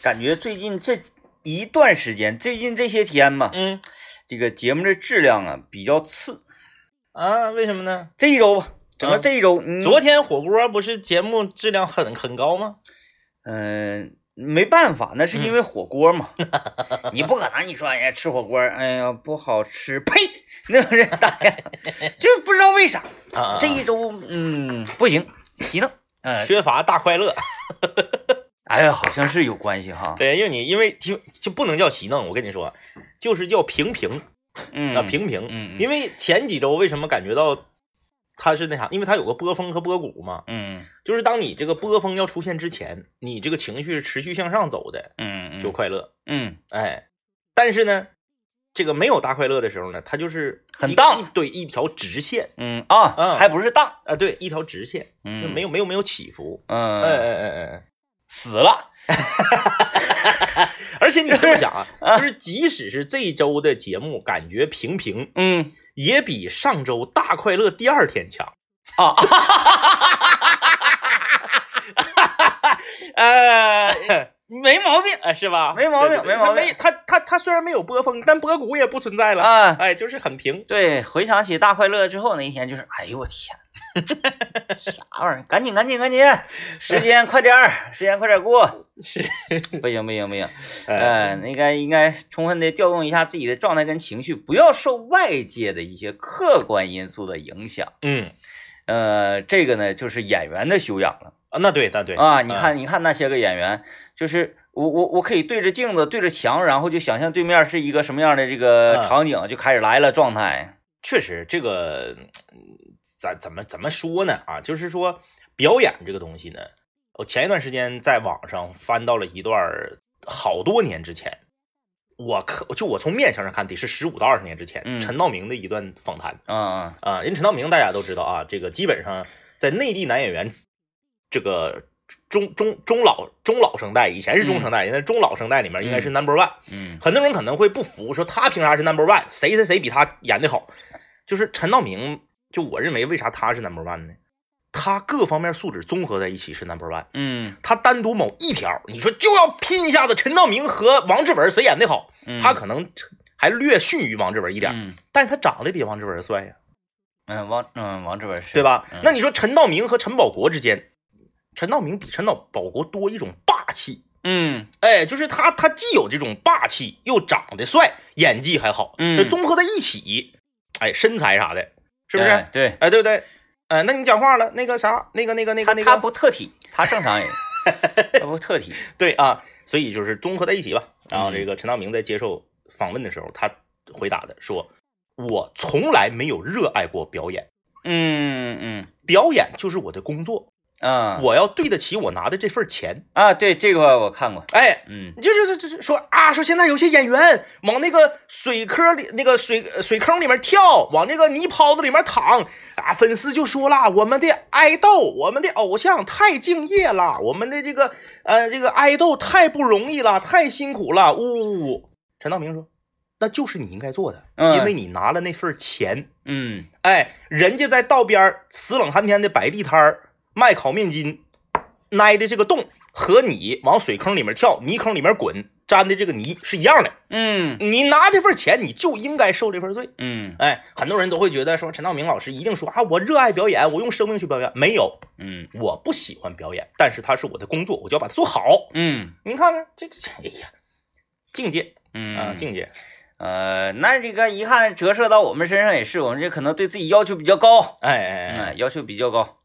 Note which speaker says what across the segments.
Speaker 1: 感觉最近这一段时间，最近这些天吧，
Speaker 2: 嗯
Speaker 1: 这个节目的质量啊比较次。
Speaker 2: 啊，为什么呢？
Speaker 1: 这一周吧，整个
Speaker 2: 嗯
Speaker 1: 这一周，嗯
Speaker 2: 昨天火锅不是节目质量很很高吗？
Speaker 1: 嗯、没办法，那是因
Speaker 2: 嗯
Speaker 1: 为火锅 嘛。你不可能，你说哎呀吃火锅，哎呀不好吃，呸， 那不是大家就不知道为啥
Speaker 2: 啊，
Speaker 1: 这一周嗯不行，洗脑。嗯，
Speaker 2: 缺乏大快乐。
Speaker 1: 哎呀，好像是有关系哈。
Speaker 2: 对，因为你因为就就不能叫洗弄，我跟你说，就是叫平平
Speaker 1: 嗯
Speaker 2: 啊平平。
Speaker 1: 嗯嗯
Speaker 2: 因为前几周为什么感觉到它是那啥？因为它有个波峰和波谷嘛，
Speaker 1: 嗯
Speaker 2: 就是当你这个波峰要出现之前，你这个情绪是持续向上走的，
Speaker 1: 嗯嗯
Speaker 2: 就快乐。
Speaker 1: 嗯
Speaker 2: 哎，但是呢，这个没有大快乐的时候呢，它就是
Speaker 1: 很
Speaker 2: 一
Speaker 1: 荡
Speaker 2: 一对一条直线
Speaker 1: 嗯啊，
Speaker 2: 嗯
Speaker 1: 还不是当，
Speaker 2: 啊，对，一条直线，就
Speaker 1: 嗯
Speaker 2: 没有没有没有起伏。
Speaker 1: 嗯、
Speaker 2: 哎哎哎哎 哎。
Speaker 1: 死了，
Speaker 2: 而且你这么想 啊，就是即使是这一周的节目感觉平平，
Speaker 1: 嗯
Speaker 2: 也比上周大快乐第二天强。
Speaker 1: 啊，
Speaker 2: 呃，
Speaker 1: 没毛病
Speaker 2: 哎，是吧？
Speaker 1: 没毛病
Speaker 2: 对对对
Speaker 1: 没毛病
Speaker 2: 它没它它它虽然没有波峰，但波谷也不存在了。
Speaker 1: 啊。
Speaker 2: 哎，就是很平。
Speaker 1: 对，回想起大快乐之后那一天，就是哎呦我天， 啥玩意儿？赶紧赶紧赶紧，时间快点 儿，时间快点儿过。
Speaker 2: 是，
Speaker 1: 不行不行不 行，
Speaker 2: 哎，
Speaker 1: 呃，应该应该充分的调动一下自己的状态跟情绪，不要受外界的一些客观因素的影响。
Speaker 2: 嗯，
Speaker 1: 呃，这个呢就是演员的修养了
Speaker 2: 啊，那对，那对
Speaker 1: 啊！你，看你看那些个演员，就是我我我可以对着镜子对着墙，然后就想象对面是一个什么样的这个
Speaker 2: 嗯
Speaker 1: 场景，就开始来了状态。
Speaker 2: 确实这个嗯咱怎么怎么说呢？啊，就是说表演这个东西呢，我前一段时间在网上翻到了一段儿好多年之前，我看就我从面相上看得是十五到二十年之前、
Speaker 1: 嗯
Speaker 2: 陈道明的一段访谈
Speaker 1: 嗯
Speaker 2: 啊，因为陈道明大家都知道啊，这个基本上在内地男演员这个。中中中老中老生代，以前是中生代，现在中老生代里面应该是 number one，、
Speaker 1: 嗯
Speaker 2: 很多人可能会不服，说他凭啥是 number one？谁谁谁比他演的好？就是陈道明，就我认为为啥他是 number one 呢？他各方面素质综合在一起是 number one。
Speaker 1: 嗯
Speaker 2: 他单独某一条，你说就要拼一下子，陈道明和王志文谁演的好？
Speaker 1: 嗯，
Speaker 2: 他可啊能还略逊于王志文一点，
Speaker 1: 嗯
Speaker 2: 但是他长得比王志文帅呀，
Speaker 1: 嗯王嗯王志文是
Speaker 2: 对？吧
Speaker 1: 嗯？
Speaker 2: 那你说陈道明和陈宝国之间，陈道明比陈宝宝国多一种霸气，
Speaker 1: 嗯
Speaker 2: 哎，就是他，他既有这种霸气，又长得帅，演技还好，
Speaker 1: 嗯
Speaker 2: 这综合在一起，哎，身材啥的，是不是？
Speaker 1: 哎
Speaker 2: 哎，
Speaker 1: 对，
Speaker 2: 对不对？哎，那你讲话了，那个啥，那个那个那
Speaker 1: 他
Speaker 2: 个那
Speaker 1: 他
Speaker 2: 个，
Speaker 1: 不特体，他正 常人，他不特体。
Speaker 2: 对啊，所以就是综合在一起吧。然后
Speaker 1: 嗯
Speaker 2: 这个陈道明在接受访问的时候，他回答的说：“我从来没有热爱过表演，
Speaker 1: 嗯嗯
Speaker 2: 表演就是我的工作，
Speaker 1: 啊
Speaker 2: 我要对得起我拿的这份钱。
Speaker 1: 啊，对这个我看过，”
Speaker 2: 哎，
Speaker 1: 嗯
Speaker 2: 就是这这这说啊，说现在有些演员往那个水坑里、那个水呃水坑里面跳，往那个泥泡子里面躺啊，粉丝就说了，我们的爱豆，我们的偶像太敬业了，我们的这个呃这个爱豆太不容易了，太辛苦了，呜呜呜。陈道明说，那就是你应该做的，
Speaker 1: 嗯
Speaker 2: 因为你拿了那份钱。
Speaker 1: 嗯
Speaker 2: 哎，人家在道边儿死冷寒天的摆地摊儿卖烤面筋，挨的这个洞和你往水坑里面跳、泥坑里面滚沾的这个泥是一样的。
Speaker 1: 嗯
Speaker 2: 你拿这份钱，你就应该受这份罪。
Speaker 1: 嗯
Speaker 2: 哎，很多人都会觉得说陈道明老师一定说啊，我热爱表演，我用生命去表演。没有，
Speaker 1: 嗯
Speaker 2: 我不喜欢表演，但是它是我的工作，我就要把它做好。
Speaker 1: 嗯
Speaker 2: 你看看这这这，哎呀，境界
Speaker 1: 嗯
Speaker 2: 啊，境界。
Speaker 1: 呃，那这个一看折射到我们身上也是，我们这可能对自己要求比较高，
Speaker 2: 哎哎哎
Speaker 1: 嗯、
Speaker 2: 哎，
Speaker 1: 要求比较高。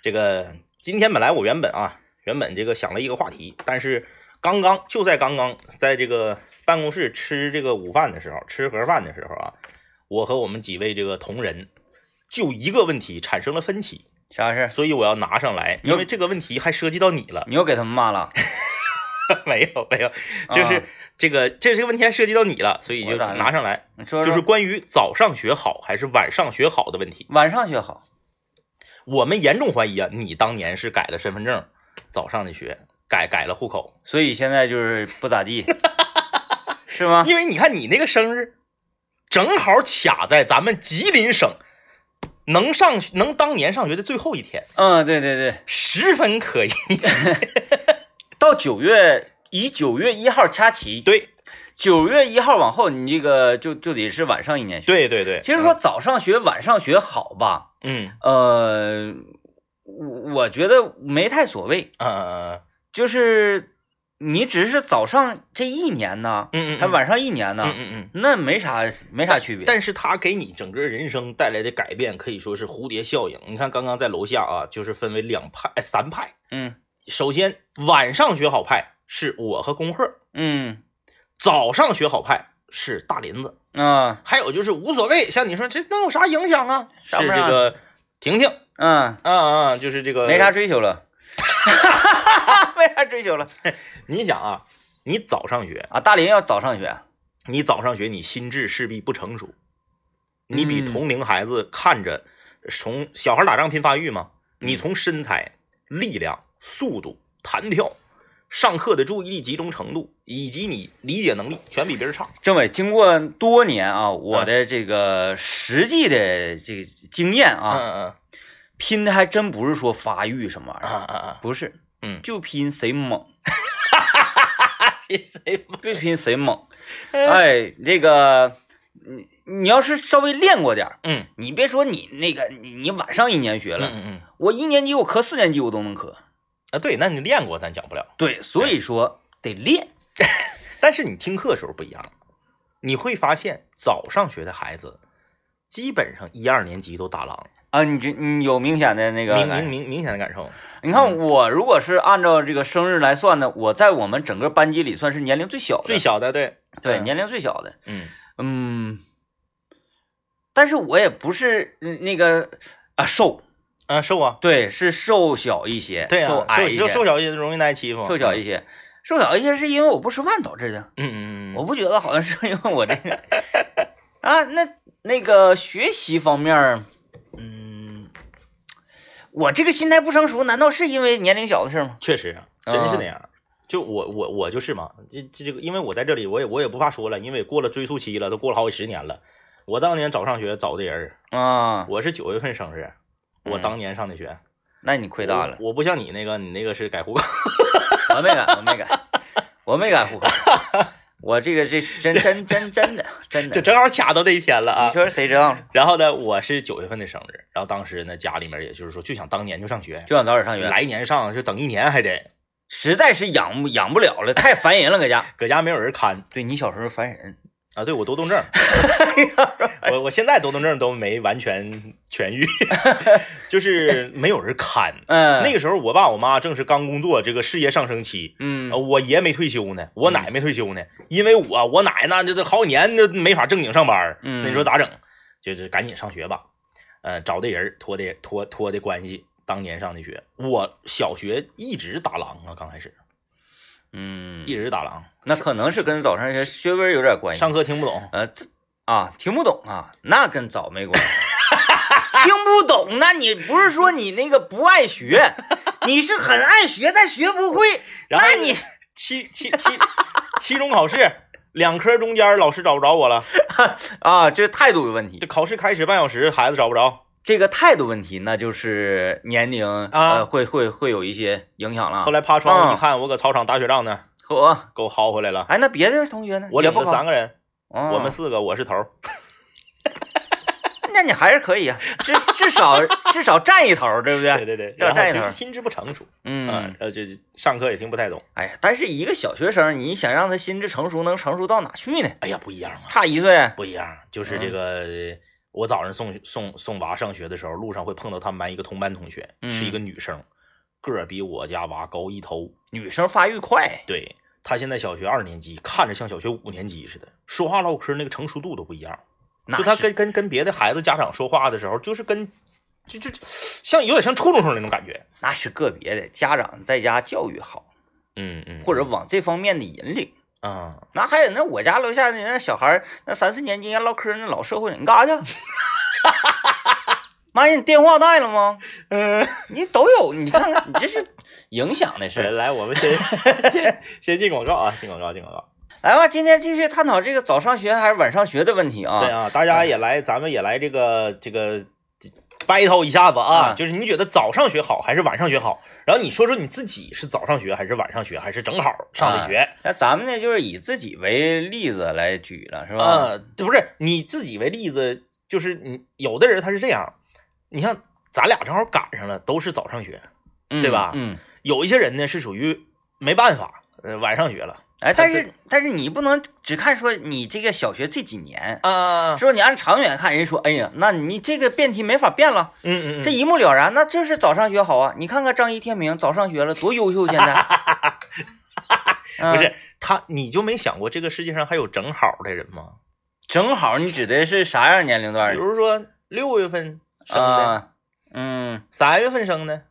Speaker 2: 这个今天本来我原本啊，原本这个想了一个话题，但是刚刚就在刚刚在这个办公室吃这个午饭的时候，吃盒饭的时候啊，我和我们几位这个同仁就一个问题产生了分歧，
Speaker 1: 啥事儿？
Speaker 2: 所以我要拿上来，因为这个问题还涉及到你了。
Speaker 1: 你又给他们骂了？
Speaker 2: 没有没有，就是
Speaker 1: 啊
Speaker 2: 这个这这个问题还涉及到你了，所以就
Speaker 1: 我咋了
Speaker 2: 拿上来，
Speaker 1: 你说
Speaker 2: 就
Speaker 1: 说
Speaker 2: 是关于早上学好还是晚上学好的问题。
Speaker 1: 晚上学好，
Speaker 2: 我们严重怀疑啊，你当年是改了身份证，早上的学，改改了户口。
Speaker 1: 所以现在就是不咋 地，是吗？
Speaker 2: 因为你看你那个生日，正好卡在咱们吉林省能上能当年上学的最后一天，
Speaker 1: 嗯，对对对，
Speaker 2: 十分可疑。
Speaker 1: 到九月以九月一号掐起，
Speaker 2: 对
Speaker 1: 九月一号往后，你这个就就得是晚上一年学。
Speaker 2: 对对嗯对，
Speaker 1: 其实说早上学、晚上学好吧，
Speaker 2: 嗯，
Speaker 1: 呃，我我觉得没太所谓，
Speaker 2: 嗯呃，
Speaker 1: 就是你只是早上这一年呢，
Speaker 2: 嗯嗯，
Speaker 1: 还晚上一年
Speaker 2: 嗯
Speaker 1: 呢，
Speaker 2: 嗯嗯。
Speaker 1: 那没啥没啥区别。
Speaker 2: 但是它给你整个人生带来的改变可以说是蝴蝶效应。你看，刚刚在楼下啊，就是分为两派、哎三派。
Speaker 1: 嗯
Speaker 2: 首先，晚上学好派是我和恭贺，
Speaker 1: 嗯
Speaker 2: 早上学好派是大林子，
Speaker 1: 啊
Speaker 2: 还有就是无所谓。像你说这能有啥影响啊？是
Speaker 1: 上不上
Speaker 2: 这个婷婷
Speaker 1: 嗯，
Speaker 2: 啊啊，就是这个
Speaker 1: 没啥追求了， 没啥追求了
Speaker 2: 你想啊，你早上学，
Speaker 1: 啊。大林要早上学，
Speaker 2: 你早上学，你心智势必不成熟，你比
Speaker 1: 嗯
Speaker 2: 同龄孩子看着，从小孩打仗拼发育嘛，你从身材、力量、速度、弹跳、上课的注意力集中程度以及你理解能力，全比别人差。
Speaker 1: 政委经过多年啊，
Speaker 2: 嗯
Speaker 1: 我的这个实际的这个经验
Speaker 2: 嗯
Speaker 1: 啊，
Speaker 2: 嗯
Speaker 1: 拼的还真不是说发育什么玩意
Speaker 2: 嗯
Speaker 1: 儿，
Speaker 2: 嗯嗯
Speaker 1: 不是，
Speaker 2: 嗯
Speaker 1: 就拼谁猛，
Speaker 2: 嗯， 谁妈
Speaker 1: 就拼谁猛。哎，这个你你要是稍微练过点儿，
Speaker 2: 嗯
Speaker 1: 你别说你那个你你晚上一年学
Speaker 2: 嗯
Speaker 1: 了，
Speaker 2: 嗯嗯
Speaker 1: 我一年级我磕四年级我都能磕，
Speaker 2: 啊，对，那你练过，咱讲不了。
Speaker 1: 对，所以说得练，
Speaker 2: 但是你听课的时候不一样，你会发现早上学的孩子，基本上一二年级都打狼，
Speaker 1: 啊，你这你有明显的那个
Speaker 2: 明
Speaker 1: 感
Speaker 2: 明嗯明明显的感受。
Speaker 1: 你看我如果是按照这个生日来算呢，我在我们整个班级里算是年龄最小的，
Speaker 2: 最小的对
Speaker 1: 对
Speaker 2: 嗯
Speaker 1: 年龄最小的，
Speaker 2: 嗯
Speaker 1: 嗯，但是我也不是嗯那个啊瘦，
Speaker 2: 啊，瘦啊，
Speaker 1: 对，是瘦小一些，
Speaker 2: 对啊，
Speaker 1: 瘦
Speaker 2: 瘦
Speaker 1: 矮一些，
Speaker 2: 就瘦嗯小一些容易耐欺负，
Speaker 1: 瘦小一
Speaker 2: 些，
Speaker 1: 些，瘦小一些是因为我不吃饭导致的，
Speaker 2: 嗯嗯嗯，
Speaker 1: 我不觉得好像是因为我这 个啊，那那个学习方面儿，嗯，我这个心态不成熟，难道是因为年龄小的事儿吗？
Speaker 2: 确实啊真是那
Speaker 1: 嗯
Speaker 2: 样。就我我我就是嘛，这这这个，因为我在这里，我也我也不怕说了，因为过了追溯期了，都过了好几十年了。我当年早上学早的人儿，
Speaker 1: 啊，
Speaker 2: 我是九月份生日，我
Speaker 1: 嗯
Speaker 2: 当年上的学，
Speaker 1: 那你亏大了，
Speaker 2: 我。我不像你那个，你那个是 改户口，
Speaker 1: 我没敢，我没敢，我没敢户口，我这个这真真真真的真的，
Speaker 2: 这正好卡到这一天了啊
Speaker 1: 你。说谁知道呢？
Speaker 2: 然后呢，我是九月份的生日，然后当时呢，家里面也就是说就想当年就上学，
Speaker 1: 就想早点上学，
Speaker 2: 来年上就等一年还得，
Speaker 1: 实在是养不养不了了，太烦人了，搁家。
Speaker 2: 搁家没有人看，
Speaker 1: 对你小时候烦人，
Speaker 2: 啊，对我多动症， 我我现在多动症都没完全痊愈，就是没有人看。
Speaker 1: 嗯，
Speaker 2: 那个时候我爸我妈正是刚工作，这个事业上升期。
Speaker 1: 嗯
Speaker 2: 呃，我爷没退休呢，我奶没退休呢，因为我我奶那这都好几年都没法正经上班儿，
Speaker 1: 嗯
Speaker 2: 那你说咋整？就是赶紧上学吧，呃，找的人托的托托的关系，当年上的学，我小学一直打狼啊，刚开始一
Speaker 1: 嗯，
Speaker 2: 直打狼，
Speaker 1: 那可能是跟早上学学微有点关系。
Speaker 2: 上课听不懂，
Speaker 1: 呃，这啊听不懂啊，那跟早没关系。 听不懂，那你不是说你那个不爱学，你是很爱学，但学不会。
Speaker 2: 然后
Speaker 1: 那 你
Speaker 2: 期期期期中考试，两科中间老师找不着我了。
Speaker 1: 啊，这态度有问题
Speaker 2: 这。考试开始半小时，孩子找不着，
Speaker 1: 这个态度问题，那就是年龄
Speaker 2: 啊
Speaker 1: 呃，会会会有一些影响了。
Speaker 2: 后来趴窗
Speaker 1: 嗯
Speaker 2: 户一看，我搁操场打雪仗呢，
Speaker 1: 和我，
Speaker 2: 给我薅回来了。
Speaker 1: 哎，那别的同学呢？
Speaker 2: 我
Speaker 1: 也
Speaker 2: 领
Speaker 1: 不
Speaker 2: 着
Speaker 1: 考
Speaker 2: 三，个人，
Speaker 1: 哦
Speaker 2: 我们四个，我是头儿。
Speaker 1: 那你还是可以啊，至至少至少占一头，对不
Speaker 2: 对
Speaker 1: 对？
Speaker 2: 对对，
Speaker 1: 这
Speaker 2: 然后
Speaker 1: 带
Speaker 2: 就
Speaker 1: 头
Speaker 2: 是心智不成熟，
Speaker 1: 嗯，
Speaker 2: 呃，就上课也听不太懂。
Speaker 1: 哎呀，但是一个小学生，你想让他心智成熟，能成熟到哪去呢？
Speaker 2: 哎呀，不一样啊，
Speaker 1: 差一岁，
Speaker 2: 不一样，就是这个。我早上送送送娃上学的时候，路上会碰到他们班一个同班同学，
Speaker 1: 嗯
Speaker 2: 是一个女生，个儿比我家娃高一头。
Speaker 1: 女生发育快，
Speaker 2: 对他现在小学二年级，看着像小学五年级似的，说话唠嗑那个成熟度都不一样。
Speaker 1: 那
Speaker 2: 就他
Speaker 1: 是
Speaker 2: 跟跟跟别的孩子家长说话的时候，就是跟就就像有点像初中生那种感觉。
Speaker 1: 那是个别的家长在家教育好，
Speaker 2: 嗯嗯
Speaker 1: 或者往这方面的引领。
Speaker 2: 啊，
Speaker 1: 那还有那我家楼下那那小孩儿，那三四年级人家唠嗑，那老社会人，你干啥去？ 妈呀，你电话带了吗？
Speaker 2: 嗯，
Speaker 1: 你都有，你看看，你这是影响的事
Speaker 2: 来
Speaker 1: 儿。
Speaker 2: 来，我们 先先先进广告啊，进广告，进广告。
Speaker 1: 来吧，今天继续探讨这个早上学还是晚上学的问题啊。
Speaker 2: 对啊，大家也来，咱们也来这个这个 battle 一下子啊，
Speaker 1: 啊
Speaker 2: 就是你觉得早上学好还是晚上学好？然后你说说你自己是早上学还是晚上学，还是正好上
Speaker 1: 啊
Speaker 2: 的学？
Speaker 1: 那咱们呢，就是以自己为例子来举了，是吧？
Speaker 2: 呃，这不是你自己为例子，就是你有的人他是这样，你像咱俩正好赶上了，都是早上学，
Speaker 1: 嗯
Speaker 2: 对吧
Speaker 1: 嗯，
Speaker 2: 有一些人呢是属于没办法，呃，晚上学了
Speaker 1: 哎，
Speaker 2: 他
Speaker 1: 但
Speaker 2: 这
Speaker 1: 是但是你不能只看说你这个小学这几年，
Speaker 2: 啊，
Speaker 1: 是不是？你按长远看，人家说，哎呀，那你这个辩题没法辩了，
Speaker 2: 嗯嗯，
Speaker 1: 这一目了然，那就是早上学好啊！你看看张一天明早上学了多优秀，现 在。嗯
Speaker 2: 不
Speaker 1: 不
Speaker 2: 是他，你就没想过这个世界上还有正好的人吗？
Speaker 1: 正好你指的是啥样年龄段
Speaker 2: 比
Speaker 1: 的？
Speaker 2: 如说六月份生的，
Speaker 1: 哎啊，嗯，
Speaker 2: 三月份生的，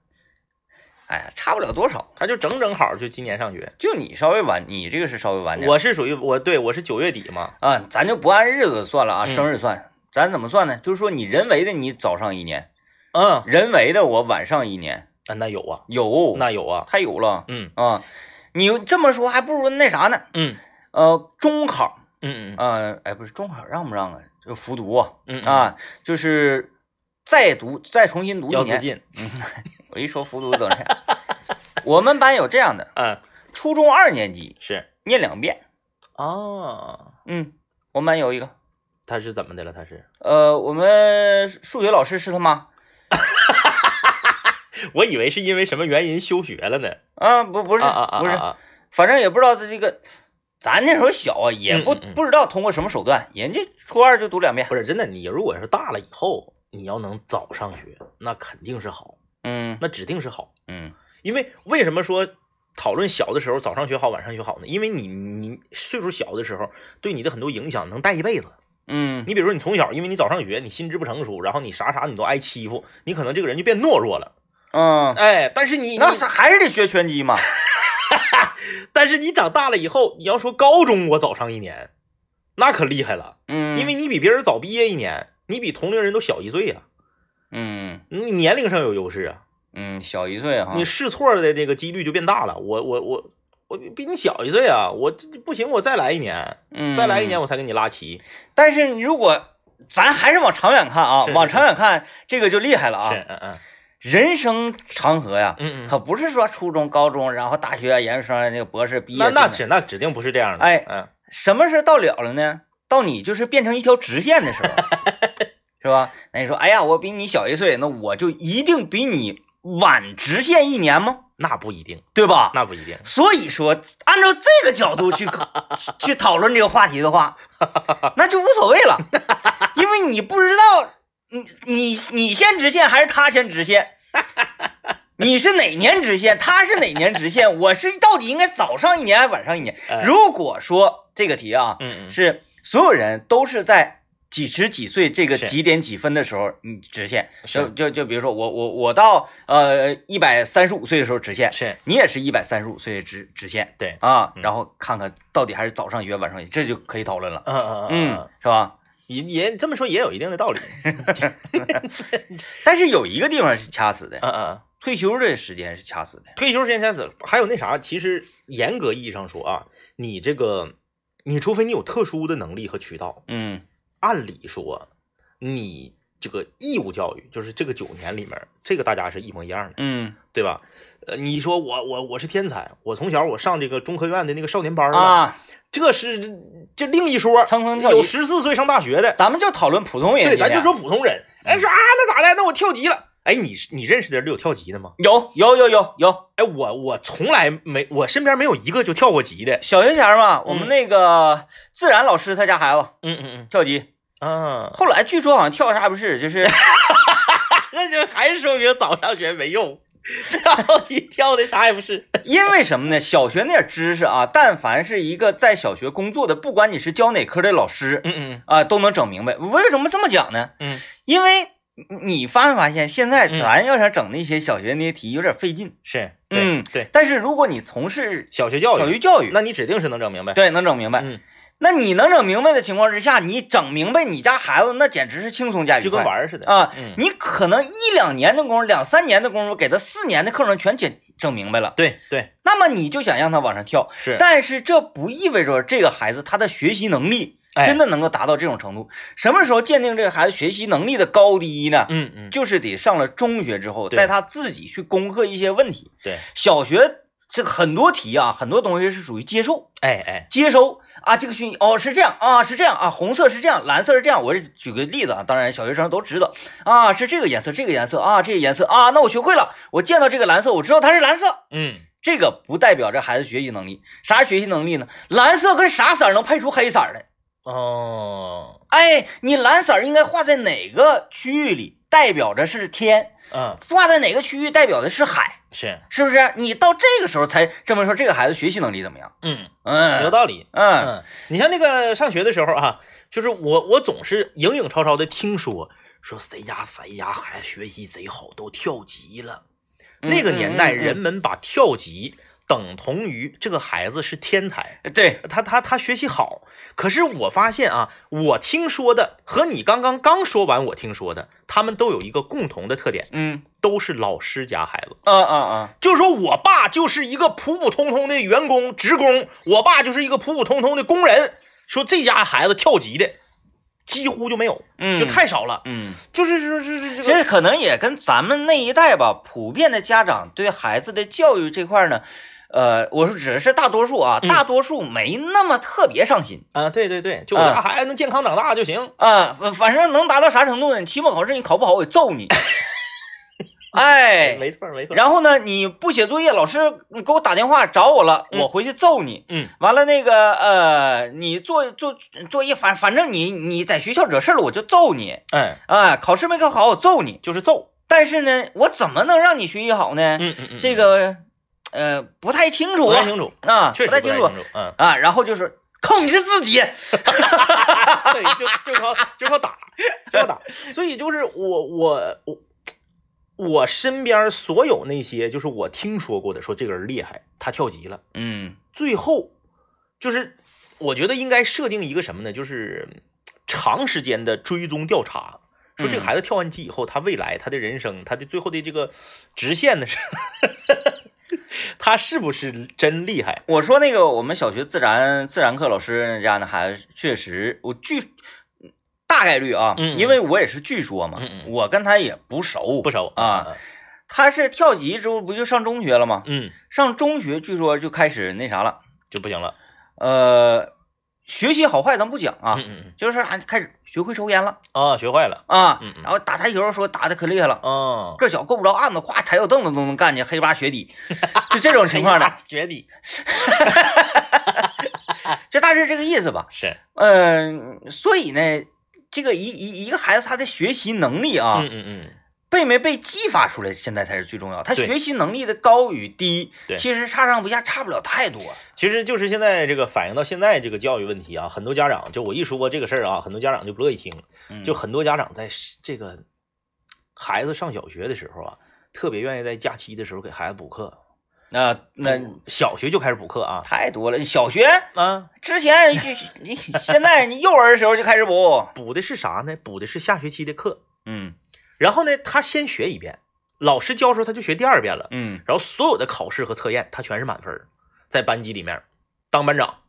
Speaker 1: 哎呀，差不了多少，
Speaker 2: 他就整整好就今年上学。
Speaker 1: 就你稍微晚，你这个是稍微晚点。
Speaker 2: 我是属于我对我是九月底嘛，
Speaker 1: 啊，咱就不按日子算了啊，
Speaker 2: 嗯
Speaker 1: 生日算，咱怎么算呢？就是说你人为的你早上一年，
Speaker 2: 嗯，
Speaker 1: 人为的我晚上一年，
Speaker 2: 啊那有啊，
Speaker 1: 有，
Speaker 2: 那有啊，
Speaker 1: 太有了
Speaker 2: 嗯
Speaker 1: 啊！你这么说还不如那啥呢？
Speaker 2: 嗯
Speaker 1: 呃，中考，
Speaker 2: 嗯嗯
Speaker 1: 呃，哎，不是中考让不让啊？就复读啊。
Speaker 2: 嗯，
Speaker 1: 啊，就是再读再重新读一
Speaker 2: 要自
Speaker 1: 年。
Speaker 2: 尽，
Speaker 1: 我一说复读怎么样？我们班有这样的，
Speaker 2: 嗯
Speaker 1: 初中二年级
Speaker 2: 是
Speaker 1: 念两遍。
Speaker 2: 啊，
Speaker 1: 嗯，我们班有一个，
Speaker 2: 他是怎么的了？他是
Speaker 1: 呃，我们数学老师是他妈。
Speaker 2: 我以为是因为什么原因休学了呢？
Speaker 1: 啊，不不
Speaker 2: 不
Speaker 1: 是、
Speaker 2: 啊啊啊
Speaker 1: 不是，
Speaker 2: 啊
Speaker 1: 反正也不知道他这个，咱那时候小啊，也不、
Speaker 2: 嗯嗯嗯
Speaker 1: 不知道通过什么手段，人家初二就读两遍。
Speaker 2: 不是真的，你如果是大了以后，你要能早上学，那肯定是好，
Speaker 1: 嗯
Speaker 2: 那指定是好。
Speaker 1: 嗯
Speaker 2: 因为为什么说讨论小的时候早上学好，晚上学好呢？因为你你岁数小的时候，对你的很多影响能带一辈子。
Speaker 1: 嗯，
Speaker 2: 你比如说你从小，因为你早上学，你心智不成熟，然后你啥啥你都挨欺负，你可能这个人就变懦弱了。
Speaker 1: 嗯，
Speaker 2: 哎，但是你
Speaker 1: 那
Speaker 2: 你
Speaker 1: 是还是得学拳击嘛。
Speaker 2: 但是你长大了以后，你要说高中我早上一年，那可厉害了，
Speaker 1: 嗯，
Speaker 2: 因为你比别人早毕业一年，你比同龄人都小一岁呀、
Speaker 1: 嗯
Speaker 2: 你年龄上有优势啊，
Speaker 1: 嗯小一岁哈。
Speaker 2: 你试错的这个几率就变大了。我我我我比你小一岁啊，我这不行，我再来一年。
Speaker 1: 嗯
Speaker 2: 再来一年我才给你拉齐。
Speaker 1: 但是你如果咱还是往长远看啊
Speaker 2: 是，
Speaker 1: 往长远看，这个就厉害了啊
Speaker 2: 是，。嗯嗯
Speaker 1: 人生长河呀，
Speaker 2: 嗯嗯，
Speaker 1: 可不是说初中、高中，然后大学、啊研究生、那个博士毕业
Speaker 2: 那
Speaker 1: 就。
Speaker 2: 那指那指定不是这样的。
Speaker 1: 哎
Speaker 2: 嗯，
Speaker 1: 什么是到了了呢？到你就是变成一条直线的时 候，是吧？那你说，哎呀，我比你小一岁，那我就一定比你晚直线一年吗？
Speaker 2: 那不一定，
Speaker 1: 对吧？
Speaker 2: 那不一定。
Speaker 1: 所以说，按照这个角度去 去讨论这个话题的话，那就无所谓了，因为你不知道你你你先直线还是他先直 线，你是哪年直线，他是哪年直 线，我是到底应该早上一年还是晚上一年
Speaker 2: 哎？
Speaker 1: 如果说这个题啊
Speaker 2: 嗯嗯，
Speaker 1: 是所有人都是在几十几岁这个
Speaker 2: 是
Speaker 1: 几点几分的时候，你直线，
Speaker 2: 是
Speaker 1: 就就就比如说我我我到呃一百三十五岁的时候直线，
Speaker 2: 是
Speaker 1: 你也是一百三十五岁的直直线
Speaker 2: 对。
Speaker 1: 啊，
Speaker 2: 嗯
Speaker 1: 然后看看到底还是早上学晚上学，这就可以讨论了，
Speaker 2: 嗯嗯
Speaker 1: 嗯，，是吧？
Speaker 2: 也也这么说也有一定的道理。
Speaker 1: 但是有一个地方是掐死的，
Speaker 2: 嗯嗯，
Speaker 1: 退休的时间是掐死的。
Speaker 2: 退休时间掐死了，还有那啥，其实严格意义上说啊，你这个，你除非你有特殊的能力和渠道，
Speaker 1: 嗯
Speaker 2: 按理说，你这个义务教育就是这个九年里面，这个大家是一模一样的。
Speaker 1: 嗯
Speaker 2: 对吧？呃，你说我我我是天才，我从小我上这个中科院的那个少年班儿了，
Speaker 1: 啊，
Speaker 2: 这是这这另一说。
Speaker 1: 蹭蹭跳级
Speaker 2: 有十四岁上大学的，
Speaker 1: 咱们就讨论普通人啊
Speaker 2: 对，
Speaker 1: 今天，
Speaker 2: 咱就说普通人。哎，说啊，那咋的？那我跳级了。哎，你是你认识的人有跳级的吗？
Speaker 1: 有有有有有
Speaker 2: 哎，我我从来没，我身边没有一个就跳过级的。
Speaker 1: 小学前儿嘛，我们那个自然老师他家孩子
Speaker 2: 嗯嗯
Speaker 1: 跳级，
Speaker 2: 嗯，啊，
Speaker 1: 后来据说好像跳啥不是，就是
Speaker 2: 那就还是说明早上学没用， 然后你跳的啥也不是。
Speaker 1: 因为什么呢？小学那点知识啊，但凡是一个在小学工作的，不管你是教哪科的老师
Speaker 2: 嗯嗯
Speaker 1: 啊、都能整明白。为什么这么讲呢？
Speaker 2: 嗯，
Speaker 1: 因为你发没发现，现在
Speaker 2: 嗯
Speaker 1: 咱要想整那些小学那些题有点费劲。
Speaker 2: 是，对
Speaker 1: 嗯
Speaker 2: 对，
Speaker 1: 但是如果你从事
Speaker 2: 小学教
Speaker 1: 小
Speaker 2: 育，
Speaker 1: 学教育，
Speaker 2: 那你指定是能整明白。
Speaker 1: 对能整明白。
Speaker 2: 嗯，
Speaker 1: 那你能整明白的情况之下，你整明白你家孩子那简直是轻松加愉快，
Speaker 2: 就跟玩儿似的。
Speaker 1: 啊。
Speaker 2: 嗯，
Speaker 1: 你可能一两年的功夫，两三年的功夫，给他四年的课程全整整明白了，
Speaker 2: 对对
Speaker 1: 那么你就想让他往上跳，
Speaker 2: 是。
Speaker 1: 但是这不意味着这个孩子他的学习能力
Speaker 2: 哎
Speaker 1: 真的能够达到这种程度。什么时候鉴定这个孩子学习能力的高低呢？
Speaker 2: 嗯嗯，
Speaker 1: 就是得上了中学之后，
Speaker 2: 对
Speaker 1: 在他自己去攻克一些问题。
Speaker 2: 对，
Speaker 1: 小学这个很多题啊，很多东西是属于接受、
Speaker 2: 哎哎，
Speaker 1: 接收啊，这个讯息哦是这样啊，是这样啊，红色是这样，蓝色是这样。我是举个例子啊，当然小学生都知道啊，是这个颜色，这个颜色啊，这个颜色啊，那我学会了，我见到这个蓝色，我知道它是蓝色。
Speaker 2: 嗯，
Speaker 1: 这个不代表这孩子学习能力，啥学习能力呢？蓝色跟啥色儿能配出黑色儿来？
Speaker 2: 哦，
Speaker 1: 哎，你蓝色儿应该画在哪个区域里，代表着是天；
Speaker 2: 嗯，
Speaker 1: 画在哪个区域，代表的是海，
Speaker 2: 是，
Speaker 1: 是不是？你到这个时候才证明说这个孩子学习能力怎么样？
Speaker 2: 嗯，有
Speaker 1: 嗯
Speaker 2: 道理。
Speaker 1: 嗯，
Speaker 2: 嗯， 你像那个上学的时候啊，就是我我总是影影绰绰的听说说谁家谁家孩子学习贼好，都跳级了。
Speaker 1: 嗯
Speaker 2: 那个年代，
Speaker 1: 嗯嗯嗯
Speaker 2: 人们把跳级等同于这个孩子是天才，
Speaker 1: 对，
Speaker 2: 他他他学习好。可是我发现啊，我听说的和你刚刚刚说完我听说的，他们都有一个共同的特点，
Speaker 1: 嗯，
Speaker 2: 都是老师家孩子。
Speaker 1: 啊啊啊，
Speaker 2: 就说我爸就是一个普普通通的员工、职工，我爸就是一个普普通通的工人。说这家孩子跳级的几乎就没有，
Speaker 1: 嗯，
Speaker 2: 就，太少了。
Speaker 1: 嗯，
Speaker 2: 就是说，是是这
Speaker 1: 其
Speaker 2: 个，
Speaker 1: 实可能也跟咱们那一代吧，普遍的家长对孩子的教育这块呢，呃，我说只是大多数啊，
Speaker 2: 嗯
Speaker 1: 大多数没那么特别上心。
Speaker 2: 啊，对对对，就我家孩子能健康长大就行。
Speaker 1: 啊，反反正能达到啥程度呢？你期末考试你考不好，我得揍 你。哎，
Speaker 2: 没错没错。
Speaker 1: 然后呢，你不写作业，老师你给我打电话找我了，
Speaker 2: 嗯
Speaker 1: 我回去揍你。
Speaker 2: 嗯，
Speaker 1: 完了那个呃，你做做作业，反反正你你在学校惹事儿了，我就揍你。
Speaker 2: 哎，
Speaker 1: 啊，考试没考好，我揍你。
Speaker 2: 就是揍。
Speaker 1: 但是呢，我怎么能让你学习好呢？
Speaker 2: 嗯嗯嗯，
Speaker 1: 这个呃不太清楚
Speaker 2: 不
Speaker 1: 啊
Speaker 2: 太，清楚，
Speaker 1: 啊，
Speaker 2: 确实
Speaker 1: 不太
Speaker 2: 清
Speaker 1: 清楚。
Speaker 2: 嗯，
Speaker 1: 啊。然后就是靠你是自己，
Speaker 2: 对，就就靠就靠打，就靠 打。所以就是我我我。我身边所有那些，就是我听说过的，说这个人厉害，他跳级了，
Speaker 1: 嗯
Speaker 2: 最后就是我觉得应该设定一个什么呢？就是长时间的追踪调查，说这个
Speaker 1: 嗯
Speaker 2: 孩子跳完级以后，他未来他的人生，他的最后的这个直线呢是， 他是不是真厉害？
Speaker 1: 我说那个我们小学自然自然课老师家那孩子，确实我据大概率啊，
Speaker 2: 嗯嗯
Speaker 1: 因为我也是据说嘛，
Speaker 2: 嗯嗯
Speaker 1: 我跟他也不熟，
Speaker 2: 不熟
Speaker 1: 啊。，他是跳级之后不就上中学了吗？
Speaker 2: 嗯，
Speaker 1: 上中学据说就开始那啥了，
Speaker 2: 就不行了
Speaker 1: 呃，学习好坏咱不讲啊，
Speaker 2: 嗯嗯嗯
Speaker 1: 就是啊开始学会抽烟了
Speaker 2: 啊，学坏了，
Speaker 1: 啊，
Speaker 2: 嗯嗯
Speaker 1: 然后打台球说打的可厉害了。
Speaker 2: 嗯，
Speaker 1: 个小够不着案子，咵踩脚凳子都能干去，黑八学底，就这种情况 的，
Speaker 2: 哎绝底
Speaker 1: 就大致这个意思吧。
Speaker 2: 是，
Speaker 1: 嗯，所以呢，这个一一一个孩子他的学习能力啊，
Speaker 2: 嗯嗯嗯，
Speaker 1: 被没被激发出来，现在才是最重要。他
Speaker 2: 对
Speaker 1: 学习能力的高与低，
Speaker 2: 对
Speaker 1: 其实差上不下，差不了太多。
Speaker 2: 其实就是现在这个反映到现在这个教育问题啊，很多家长就我一说这个事儿啊，很多家长就不乐意听，
Speaker 1: 嗯
Speaker 2: 就很多家长在是这个孩子上小学的时候啊，特别愿意在假期的时候给孩子补课。
Speaker 1: 那、那
Speaker 2: 补小学就开始补课啊
Speaker 1: 太多了。小学
Speaker 2: 啊，
Speaker 1: 之前就 你现在你幼儿的时候就开始补，
Speaker 2: 补的是啥呢？补的是下学期的课。
Speaker 1: 嗯
Speaker 2: 然后呢，他先学一遍，老师教的时候他就学第二遍了。
Speaker 1: 嗯
Speaker 2: 然后所有的考试和测验他全是满分儿，在班级里面当班长、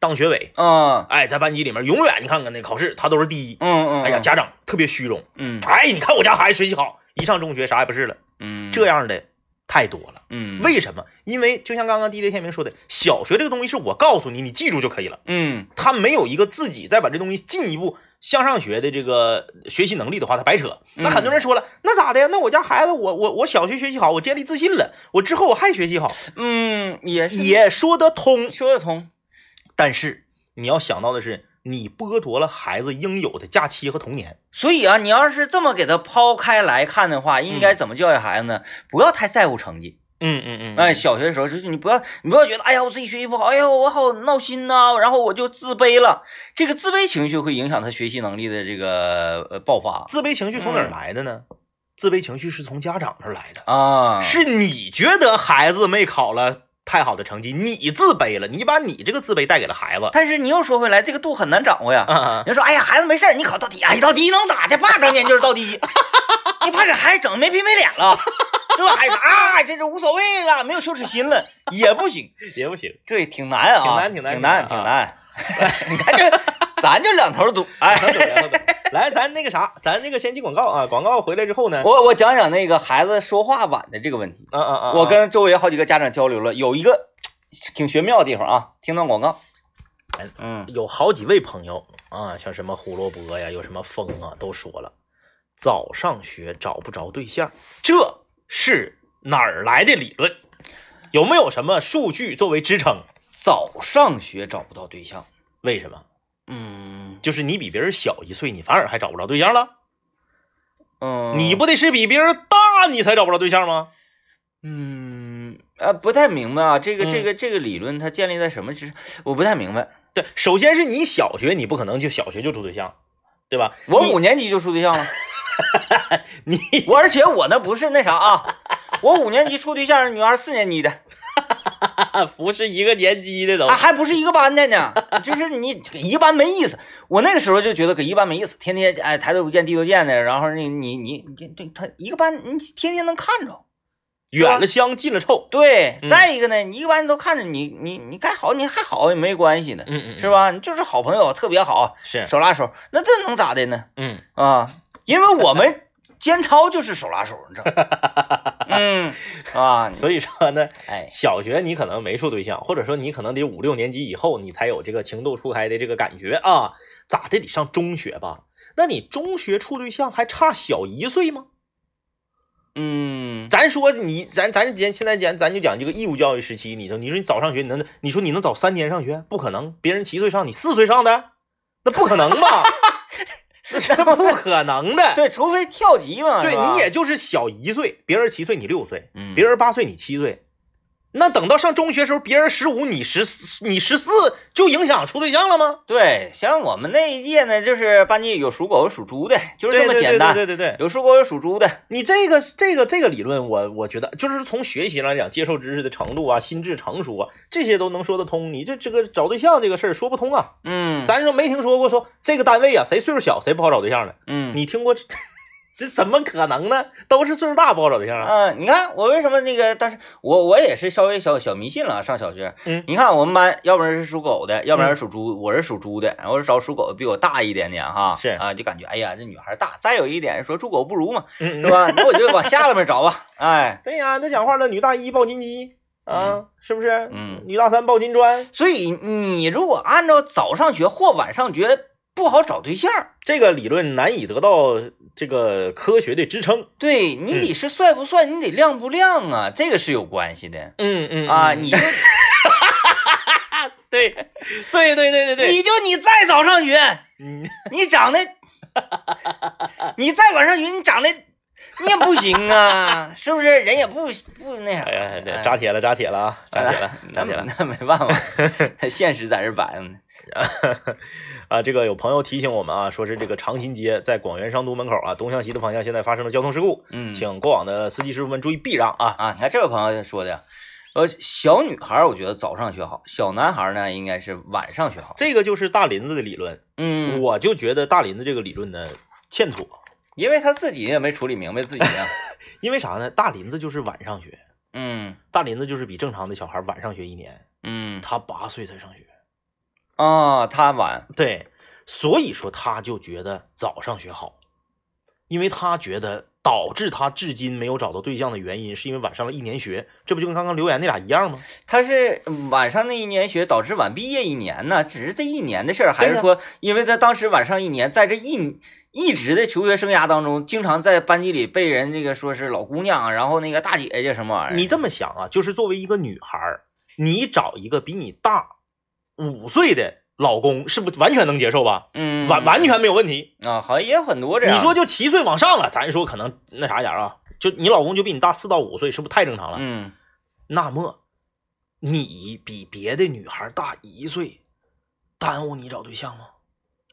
Speaker 2: 当学委，
Speaker 1: 啊
Speaker 2: 哎，在班级里面永远你看看那考试他都是第一
Speaker 1: 嗯。嗯，
Speaker 2: 哎呀，
Speaker 1: 嗯
Speaker 2: 家长特别虚荣，
Speaker 1: 嗯
Speaker 2: 哎，你看我家孩子学习好，一上中学啥也不是了，
Speaker 1: 嗯
Speaker 2: 这样的太多了。
Speaker 1: 嗯
Speaker 2: 为什么？因为就像刚刚 DJ 天明说的，小学这个东西是我告诉你，你记住就可以了。
Speaker 1: 嗯
Speaker 2: 他没有一个自己再把这东西进一步向上学的这个学习能力的话，他白扯。那很多人说了，那咋的呀？那我家孩子，我我我小学学习好，我建立自信了，我之后我还学习好，
Speaker 1: 嗯也是
Speaker 2: 也说得通。
Speaker 1: 说得通，
Speaker 2: 但是你要想到的是，你剥夺了孩子应有的假期和童年。
Speaker 1: 所以啊，你要是这么给他抛开来看的话，应该怎么教育孩子呢？不要太在乎成绩。
Speaker 2: 嗯嗯嗯
Speaker 1: 哎，小学的时候就是你不要，你不要觉得，哎呀，我自己学习不好，哎呀，我好闹心呐、然后我就自卑了。这个自卑情绪会影响他学习能力的这个呃爆发
Speaker 2: 自卑情绪从哪儿来的呢？自卑情绪是从家长那儿来的。
Speaker 1: 啊。
Speaker 2: 是你觉得孩子没考了太好的成绩，你自卑了，你把你这个自卑带给了孩 子。
Speaker 1: 但是你又说回来，这个度很难掌握呀。
Speaker 2: 啊，
Speaker 1: 你就说，哎呀，孩子没事儿，你考到第一，哎，到第一能咋的？爸当年就是到第 一，你怕给孩子整没皮没脸了，是吧？孩子啊，这是无所谓了，没有羞耻心了，也不行。
Speaker 2: 也不行。
Speaker 1: 对，挺难啊，
Speaker 2: 挺难挺难
Speaker 1: 挺难，
Speaker 2: 挺
Speaker 1: 挺
Speaker 2: 难
Speaker 1: 难。你看这，咱就两头堵。哎，
Speaker 2: 来，咱那个啥，咱那个先进广告啊，广告回来之后呢，
Speaker 1: 我我讲讲那个孩子说话晚的这个问题。
Speaker 2: 啊啊啊，
Speaker 1: 我跟周围好几个家长交流了，有一个挺玄妙的地方啊，听段广告。嗯，
Speaker 2: 有好几位朋友啊，像什么胡萝卜呀，有什么风啊，都说了，早上学找不着对象，这是哪儿来的理论？有没有什么数据作为支撑？
Speaker 1: 早上学找不到对象，
Speaker 2: 为什么？
Speaker 1: 嗯
Speaker 2: 就是你比别人小一岁，你反而还找不着对象了？
Speaker 1: 嗯，
Speaker 2: 你不得是比别人大，你才找不着对象吗？
Speaker 1: 嗯呃不太明白啊，这个
Speaker 2: 嗯
Speaker 1: 这个这个理论它建立在什么之上？我不太明白。
Speaker 2: 对，首先是你小学，你不可能就小学就处对象，对吧？
Speaker 1: 我五年级就处对象了，
Speaker 2: 你
Speaker 1: 我而且我那不是那啥啊，我五年级处对象，女儿四年级的，
Speaker 2: 你不是一个年级的都
Speaker 1: 还还不是一个班的呢，就是你给一班没意思。我那个时候就觉得给一班没意思，天天哎抬头不见低头见的，然后你你你你这他一个班你天天能看着。
Speaker 2: 远了香，近了臭。
Speaker 1: 对，
Speaker 2: 嗯
Speaker 1: 再一个呢，你一般都看着你你你该好你还好也没关系呢，
Speaker 2: 嗯嗯，
Speaker 1: 是？吧？你就是好朋友，特别好，
Speaker 2: 是，
Speaker 1: 手拉手，那这能咋的呢？
Speaker 2: 嗯，
Speaker 1: 啊，因为我们监操就是手拉手，你知道吗？ 嗯啊，
Speaker 2: 所以说呢，
Speaker 1: 哎，
Speaker 2: 小学你可能没处对象，或者说你可能得五六年级以后你才有这个情窦初开的这个感觉啊，咋的得上中学吧？那你中学处对象还差小一岁吗？
Speaker 1: 嗯
Speaker 2: 咱说你咱咱咱现在讲咱就讲这个义务教育时期，你说你说你早上学，你能你说你能早三年上学？不可能，别人七岁上，你四岁上的，那不可能吧？那是 不可能的。
Speaker 1: 对，除非跳级嘛，
Speaker 2: 对
Speaker 1: 是吧
Speaker 2: 你也就是小一岁，别人七岁你六岁，
Speaker 1: 嗯
Speaker 2: 别人八岁你七岁。那等到上中学时候，别人十五你十四，你十四就影响处对象了吗？
Speaker 1: 对，像我们那一届呢，就是班级有属狗有属猪的，就是这么简单，
Speaker 2: 对对对对对
Speaker 1: 有属狗有属猪的，
Speaker 2: 你这个这个这个理论我，我觉得就是从学习来讲，接受知识的程度啊，心智成熟啊，这些都能说得通。你这这个找对象这个事儿说不通啊，
Speaker 1: 嗯，
Speaker 2: 咱说没听说过说这个单位啊，谁岁数小谁不好找对象的，
Speaker 1: 嗯，
Speaker 2: 你听过这？这怎么可能呢？都是岁数大不好找对象啊。
Speaker 1: 嗯、你看我为什么那个，但是我我也是稍微小小迷信了啊，上小学，
Speaker 2: 嗯
Speaker 1: 你看我们班，要不然是属狗的，要不然是属猪，我是属猪的，我是找属狗的比我大一点点哈，
Speaker 2: 是
Speaker 1: 啊，就感觉哎呀这女孩大，再有一点说猪狗不如嘛，
Speaker 2: 嗯
Speaker 1: 是吧？ 那我就往下了面找吧，哎，
Speaker 2: 对呀、那讲话了，女大一抱金鸡啊，是不是？
Speaker 1: 嗯
Speaker 2: 女大三抱金砖，
Speaker 1: 所以你如果按照早上学或晚上学不好找对象，
Speaker 2: 这个理论难以得到这个科学的支撑。
Speaker 1: 对你得是帅不帅，你得亮不亮啊，这个是有关系的
Speaker 2: 嗯嗯
Speaker 1: 啊。你就
Speaker 2: 对，对对对对 对，
Speaker 1: 你就你再早上学，
Speaker 2: 嗯，
Speaker 1: 你长得，你再晚上学，你长得你也不行啊，是不是？人也不不那啥。
Speaker 2: 哎呀，这扎铁了，扎铁了啊，扎铁了，
Speaker 1: 那
Speaker 2: 扎铁了
Speaker 1: 那没办 法，现实在这摆着呢。
Speaker 2: 啊！这个有朋友提醒我们啊，说是这个长辛街在广元商都门口啊，东向西的方向现在发生了交通事故，
Speaker 1: 嗯，
Speaker 2: 请过往的司机师傅们注意避让啊。
Speaker 1: 啊，你看这位朋友说的，呃，小女孩儿我觉得早上学好，小男孩儿呢应该是晚上学好。
Speaker 2: 这个就是大林子的理论，
Speaker 1: 嗯，
Speaker 2: 我就觉得大林子这个理论呢欠妥，
Speaker 1: 因为他自己也没处理明白自己 啊。
Speaker 2: 因为啥呢？大林子就是晚上学，
Speaker 1: 嗯
Speaker 2: 大林子就是比正常的小孩晚上学一年，
Speaker 1: 嗯
Speaker 2: 他八岁才上学，
Speaker 1: 啊，他晚，
Speaker 2: 对，所以说他就觉得早上学好，因为他觉得导致他至今没有找到对象的原因，是因为晚上了一年学，这不就跟刚刚留言那俩一样吗？
Speaker 1: 他是晚上那一年学导致晚毕业一年呢，只是这一年的事儿，还
Speaker 2: 对
Speaker 1: 是
Speaker 2: 呀
Speaker 1: 说因为他当时晚上一年，在这一一直的求学生涯当中，经常在班级里被人这个说是老姑娘，然后那个大姐姐什么玩意儿？
Speaker 2: 你这么想啊，就是作为一个女孩儿，你找一个比你大五岁的老公，是不是完全能接受吧？
Speaker 1: 嗯
Speaker 2: 完完全没有问题。
Speaker 1: 啊，好像也有很多这样。
Speaker 2: 你说就七岁往上了，咱说可能那啥点儿啊，就你老公就比你大四到五岁，是不是太正常了？
Speaker 1: 嗯
Speaker 2: 那么，你比别的女孩大一岁，耽误你找对象吗？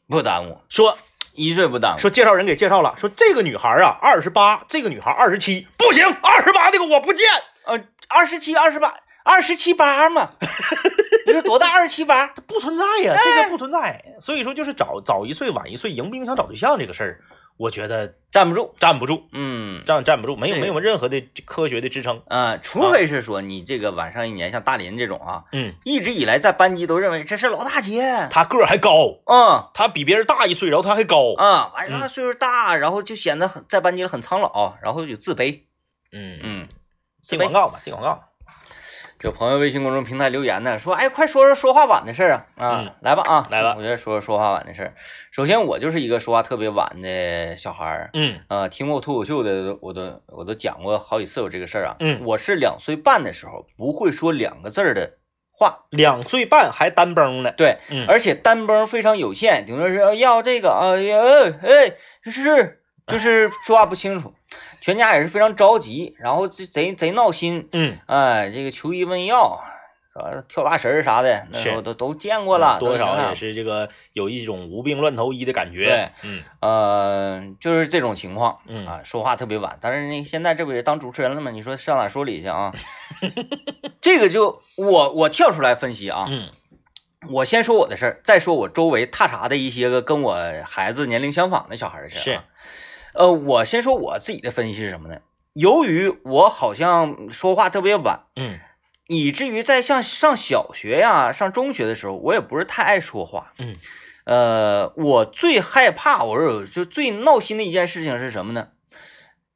Speaker 1: 不耽误，
Speaker 2: 说
Speaker 1: 一岁不耽误。
Speaker 2: 说介绍人给介绍了，说这个女孩啊二十八，这个女孩二十七，不行，二十八那个我不见。
Speaker 1: 呃，二十七、二十八、二十七八 嘛，你说多大？二十七八？
Speaker 2: 哎不存在呀、这个不存在。所以说，就是找早一岁晚一岁迎不影响找对象这个事儿，我觉得
Speaker 1: 站不住。
Speaker 2: 站不住，
Speaker 1: 嗯，
Speaker 2: 站站不住，没有
Speaker 1: 这个
Speaker 2: 没有任何的科学的支撑。
Speaker 1: 呃，
Speaker 2: 啊
Speaker 1: 除非是说你这个晚上一年像大林这种啊，
Speaker 2: 嗯，
Speaker 1: 一直以来在班级都认为这是老大姐，
Speaker 2: 他个儿还高，
Speaker 1: 嗯
Speaker 2: 他比别人大一岁，然后他还高。
Speaker 1: 啊，完了
Speaker 2: 嗯
Speaker 1: 他岁数大，然后就显得很在班级里很苍老，然后有自卑。
Speaker 2: 嗯嗯，
Speaker 1: 嗯，
Speaker 2: 进广告吧，进广告。
Speaker 1: 有朋友微信公众平台留言呢，说哎，快说说说话晚的事儿啊啊，
Speaker 2: 嗯
Speaker 1: 来吧啊，
Speaker 2: 来吧
Speaker 1: 我就说说说话晚的事儿。首先，我就是一个说话特别晚的小孩儿。
Speaker 2: 嗯
Speaker 1: 啊，听过脱口秀的，我都我都讲过好几次我这个事儿啊。
Speaker 2: 嗯
Speaker 1: 我是两岁半的时候不会说两个字儿的话，
Speaker 2: 两岁半还单崩呢。
Speaker 1: 对，
Speaker 2: 嗯
Speaker 1: 而且单崩非常有限，顶多是呃要这个啊，呀，哎，是，就是说话不清 楚，全家也是非常着急，然后这贼贼闹心，
Speaker 2: 嗯，
Speaker 1: 哎，这个求医问药，啊，跳大神儿啥的，那
Speaker 2: 是嗯
Speaker 1: 我都都见过了，啊
Speaker 2: 多少也
Speaker 1: 是，
Speaker 2: 是这个有一种无病乱投医的感觉
Speaker 1: 对。
Speaker 2: 嗯
Speaker 1: 呃，就是这种情况，
Speaker 2: 嗯
Speaker 1: 啊，说话特别晚，但是那现在这不也当主持人了吗？你说上哪说理去 啊？这个就我我跳出来分析啊，
Speaker 2: 嗯
Speaker 1: 我先说我的事儿，再说我周围踏查的一些个跟我孩子年龄相仿的小孩的事儿、啊。呃，我先说我自己的分析是什么呢？由于我好像说话特别晚，
Speaker 2: 嗯
Speaker 1: 以至于在像上小学呀、上中学的时候，我也不是太爱说话。
Speaker 2: 嗯，
Speaker 1: 呃，我最害怕，我是就最闹心的一件事情是什么呢？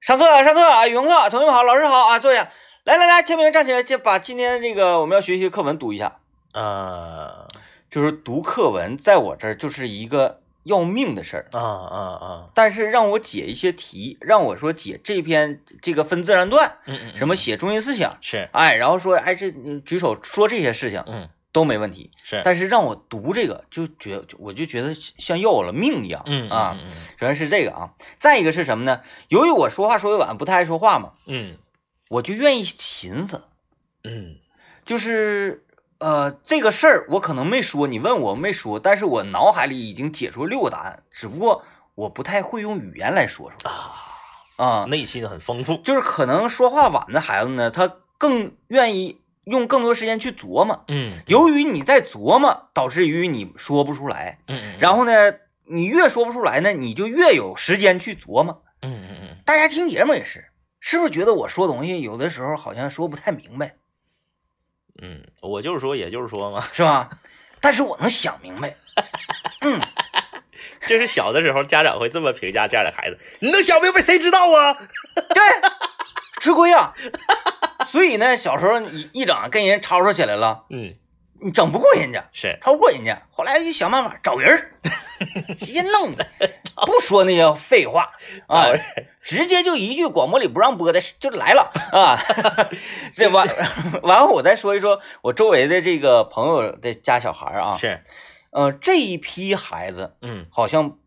Speaker 1: 上课啊，上课啊，语文课啊，同学们好，老师好啊，坐下。来来来，天明站起来，就把今天这个我们要学习的课文读一下。
Speaker 2: 啊
Speaker 1: 就是读课文，在我这儿就是一个要命的事儿。
Speaker 2: 啊啊啊！
Speaker 1: 但是让我解一些题，让我说解这篇这个分自然段，
Speaker 2: 嗯嗯，
Speaker 1: 什么写中心思想，
Speaker 2: 是
Speaker 1: 哎，然后说哎这嗯举手说这些事情
Speaker 2: 嗯
Speaker 1: 都没问题。
Speaker 2: 是，
Speaker 1: 但是让我读这个，就觉就我就觉得像要我了命一样。
Speaker 2: 嗯
Speaker 1: 啊，首先是这个啊，再一个是什么呢？由于我说话说的晚，不太爱说话嘛，
Speaker 2: 嗯
Speaker 1: 我就愿意寻思，
Speaker 2: 嗯
Speaker 1: 就是呃，这个事儿我可能没说，你问我没说，但是我脑海里已经解出六个答案，只不过我不太会用语言来说出来
Speaker 2: 啊，
Speaker 1: 啊、
Speaker 2: 内心很丰富。
Speaker 1: 就是可能说话晚的孩子呢，他更愿意用更多时间去琢磨。
Speaker 2: 嗯
Speaker 1: 由于你在琢磨，导致于你说不出来，
Speaker 2: 嗯
Speaker 1: 然后呢，你越说不出来呢，你就越有时间去琢磨。
Speaker 2: 嗯嗯嗯，
Speaker 1: 大家听节目也是，是不是觉得我说东西有的时候好像说不太明白，
Speaker 2: 嗯，我就是说，也就是说嘛，
Speaker 1: 是吧？但是我能想明白。
Speaker 2: 就是小的时候家长会这么评价这样的孩子，你能想明白谁知道啊？
Speaker 1: 对，吃亏呀、所以呢，小时候一一整跟人吵吵起来了，
Speaker 2: 嗯，
Speaker 1: 你整不过人家，
Speaker 2: 是，
Speaker 1: 吵不过人家，后来就想办法找人儿，直接弄他， 不说那些废话啊
Speaker 2: 找人，
Speaker 1: 直接就一句广播里不让播的就来了 啊。这完 完后，我再说一说我周围的这个朋友的家小孩儿啊，
Speaker 2: 是，
Speaker 1: 呃，这一批孩子
Speaker 2: 嗯
Speaker 1: 好像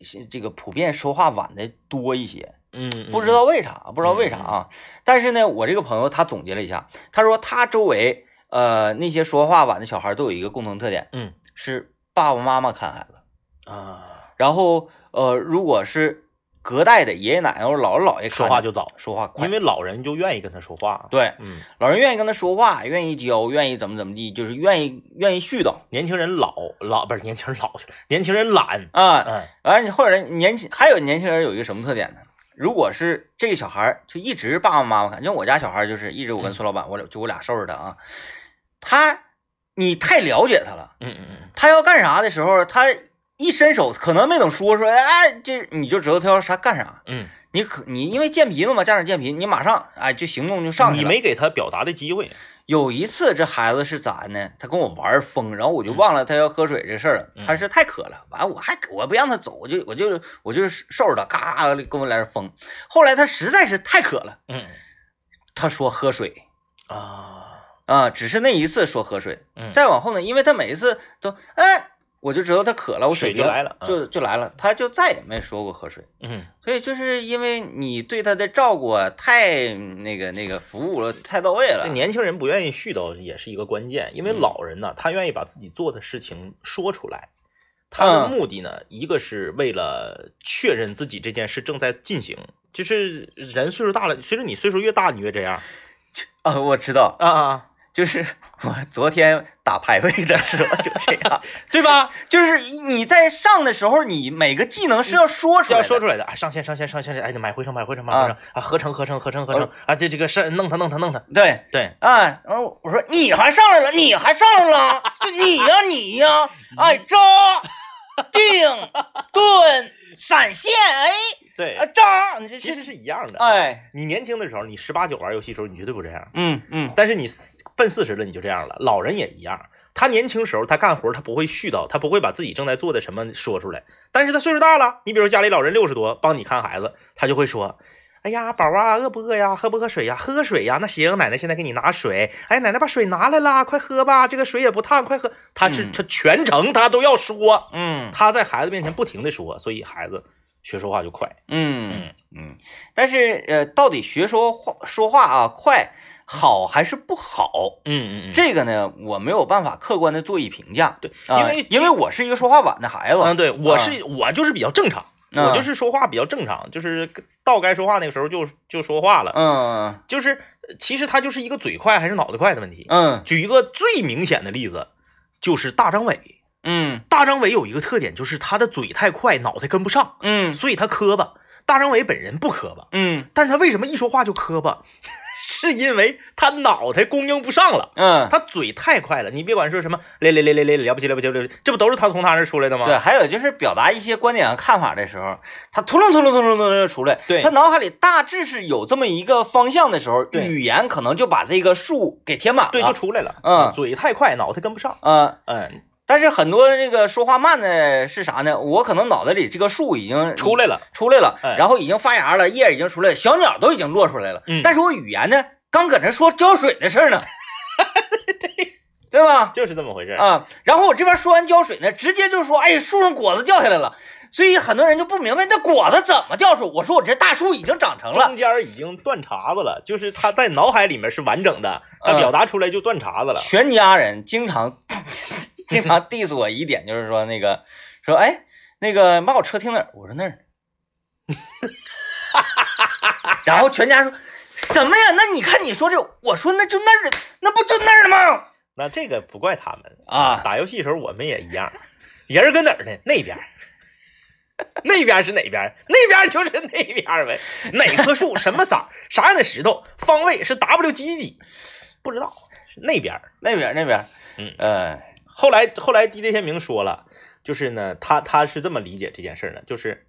Speaker 1: 是这个普遍说话晚的多一些。
Speaker 2: 嗯，
Speaker 1: 不知道为啥，不知道为啥啊。但是呢，我这个朋友他总结了一下，他说他周围呃那些说话晚的小孩都有一个共同特点，
Speaker 2: 嗯
Speaker 1: 是爸爸妈妈看孩子，
Speaker 2: 啊，
Speaker 1: 然后呃如果是隔代的爷爷奶奶或者姥姥姥爷看
Speaker 2: 说话就早，
Speaker 1: 说话嗯快
Speaker 2: 因，为老人就愿意跟他说话。，
Speaker 1: 对，
Speaker 2: 嗯，
Speaker 1: 老人愿意跟他说话，愿意教，愿意怎么怎么地，就是愿意愿意絮叨
Speaker 2: 年轻人老老不是年轻人老去 了，年轻人懒。
Speaker 1: 啊。
Speaker 2: 嗯
Speaker 1: 完了，或者年轻还有年轻人有一个什么特点呢？如果是这个小孩儿就一直爸爸妈妈看，像我家小孩儿就是一直我跟
Speaker 2: 嗯
Speaker 1: 孙老板，我俩就我俩收拾他啊。他你太了解他了，
Speaker 2: 嗯嗯
Speaker 1: 他要干啥的时候，他一伸手可能没等说出来，哎，这你就知道他要啥干啥。
Speaker 2: 嗯
Speaker 1: 你可你因为健脾了嘛，家长健脾，你马上哎就行动就上
Speaker 2: 嗯，
Speaker 1: 去
Speaker 2: 你
Speaker 1: 了。
Speaker 2: 没给他表达的机会。
Speaker 1: 有一次这孩子是咋呢？他跟我玩疯，然后我就忘了他要喝水这事儿了。
Speaker 2: 嗯
Speaker 1: 他是太渴了，完我还我不让他走，我就我就我就收拾他，嘎嘎跟我来这疯。后来他实在是太渴了，
Speaker 2: 嗯
Speaker 1: 他说喝水
Speaker 2: 啊，
Speaker 1: 啊、只是那一次说喝水。
Speaker 2: 嗯
Speaker 1: 再往后呢，因为他每一次都哎，我就知道他渴了，我
Speaker 2: 水
Speaker 1: 瓶
Speaker 2: 就来了嗯
Speaker 1: 就就来了，他就再也没说过喝水。
Speaker 2: 嗯
Speaker 1: 所以就是因为你对他的照顾啊太那个那个服务了，太到位了
Speaker 2: 这。年轻人不愿意絮叨也是一个关键，因为
Speaker 1: 嗯
Speaker 2: 老人呢，他愿意把自己做的事情说出来。他的
Speaker 1: 嗯
Speaker 2: 目的呢，一个是为了确认自己这件事正在进行，就是人岁数大了，随着你岁数越大，你越这样
Speaker 1: 啊，我知道，
Speaker 2: 啊啊，
Speaker 1: 就是我昨天打排位的时候就这样，
Speaker 2: 对吧？
Speaker 1: 就是你在上的时候，你每个技能是要说出来
Speaker 2: 要
Speaker 1: 的，
Speaker 2: 说出来的啊，上线上线上线，哎，你买回城买回城买回城啊，合成合成合成合成啊，这这个是弄他弄他弄他，
Speaker 1: 哦对。
Speaker 2: 对，
Speaker 1: 啊，然后我说你还上来了，你还上来了，就你呀、你呀、哎扎定顿闪现，哎
Speaker 2: 对
Speaker 1: 啊扎，你这
Speaker 2: 其
Speaker 1: 这
Speaker 2: 实是一样的。
Speaker 1: 哎
Speaker 2: 你年轻的时候，你十八九玩游戏的时候，你绝对不这样，
Speaker 1: 嗯嗯
Speaker 2: 但是你奔四十了，你就这样了。老人也一样，他年轻时候他干活他不会絮叨，他不会把自己正在做的什么说出来，但是他岁数大了，你比如家里老人六十多，帮你看孩子，他就会说。哎呀，宝啊，饿不饿呀？喝不喝水呀？喝喝水呀！那行，奶奶现在给你拿水。哎，奶奶把水拿来了，快喝吧，这个水也不烫，快喝。他是、
Speaker 1: 嗯
Speaker 2: 他全程他都要说，
Speaker 1: 嗯
Speaker 2: 他在孩子面前不停的说，所以孩子学说话就快。
Speaker 1: 嗯嗯，但是呃，到底学说话说话啊快好还是不好？
Speaker 2: 嗯嗯，
Speaker 1: 这个呢，我没有办法客观的做一评价，
Speaker 2: 对
Speaker 1: 啊
Speaker 2: 因为
Speaker 1: 因为我是一个说话晚的孩
Speaker 2: 嗯，
Speaker 1: 子，
Speaker 2: 对，我
Speaker 1: 啊
Speaker 2: 是我就是比较正常，
Speaker 1: 嗯
Speaker 2: 我就是说话比较正常，就是到该说话那个时候就就说话了。
Speaker 1: 嗯
Speaker 2: 就是呃其实他就是一个嘴快还是脑袋快的问题。
Speaker 1: 嗯
Speaker 2: 举一个最明显的例子，就是大张伟。
Speaker 1: 嗯
Speaker 2: 大张伟有一个特点，就是他的嘴太快，脑袋跟不上，
Speaker 1: 嗯
Speaker 2: 所以他磕巴。大张伟本人不磕巴，
Speaker 1: 嗯
Speaker 2: 但他为什么一说话就磕巴？ 是因为他脑袋供应不上了。
Speaker 1: 嗯，
Speaker 2: 他嘴太快了，你别管说什么了了了了了了不起了不起了不起，这不都是他从他那儿出来的吗？
Speaker 1: 对，还有就是表达一些观点和看法的时候，他突隆突隆突隆突隆就出来，
Speaker 2: 对
Speaker 1: 他脑海里大致是有这么一个方向的时候，
Speaker 2: 对
Speaker 1: 语言可能就把这个数给填满了。
Speaker 2: 对，就出来了。啊
Speaker 1: 嗯
Speaker 2: 嘴太快，脑袋跟不上。
Speaker 1: 呃，
Speaker 2: 嗯，
Speaker 1: 但是很多这个说话慢的是啥呢？我可能脑袋里这个数已经
Speaker 2: 出来了。
Speaker 1: 出来了
Speaker 2: 哎，
Speaker 1: 然后已经发芽了，叶儿已经出来了，小鸟都已经落出来了，
Speaker 2: 嗯
Speaker 1: 但是我语言呢，刚搁那说浇水的事 儿呢，对吧？
Speaker 2: 就是这么回事儿。
Speaker 1: 啊，然后我这边说完浇水呢，直接就说，哎，树上果子掉下来了，所以很多人就不明白那果子怎么掉出。我说我这大树已经长成了，
Speaker 2: 中间儿已经断碴子了，就是他在脑海里面是完整的，他
Speaker 1: 嗯
Speaker 2: 表达出来就断碴子了。
Speaker 1: 全家人经常 经常 diss 我一点，就是说那个说，哎，那个你把我车停哪儿？我说那儿， 然后全家说什么呀？那你看你说这，我说那就那儿，那不就那儿吗？
Speaker 2: 那这个不怪他们
Speaker 1: 啊
Speaker 2: 打游戏的时候我们也一样，人儿搁哪儿呢？那边儿。那边儿是哪边儿？那边儿就是那边儿呗。哪棵树什么色儿？啥样的石头？方位是 W 几几几？不知道，是那边儿。
Speaker 1: 那边那边，
Speaker 2: 嗯
Speaker 1: 呃
Speaker 2: 后来后来 DJ 天明说了，就是呢，他他是这么理解这件事儿呢，就是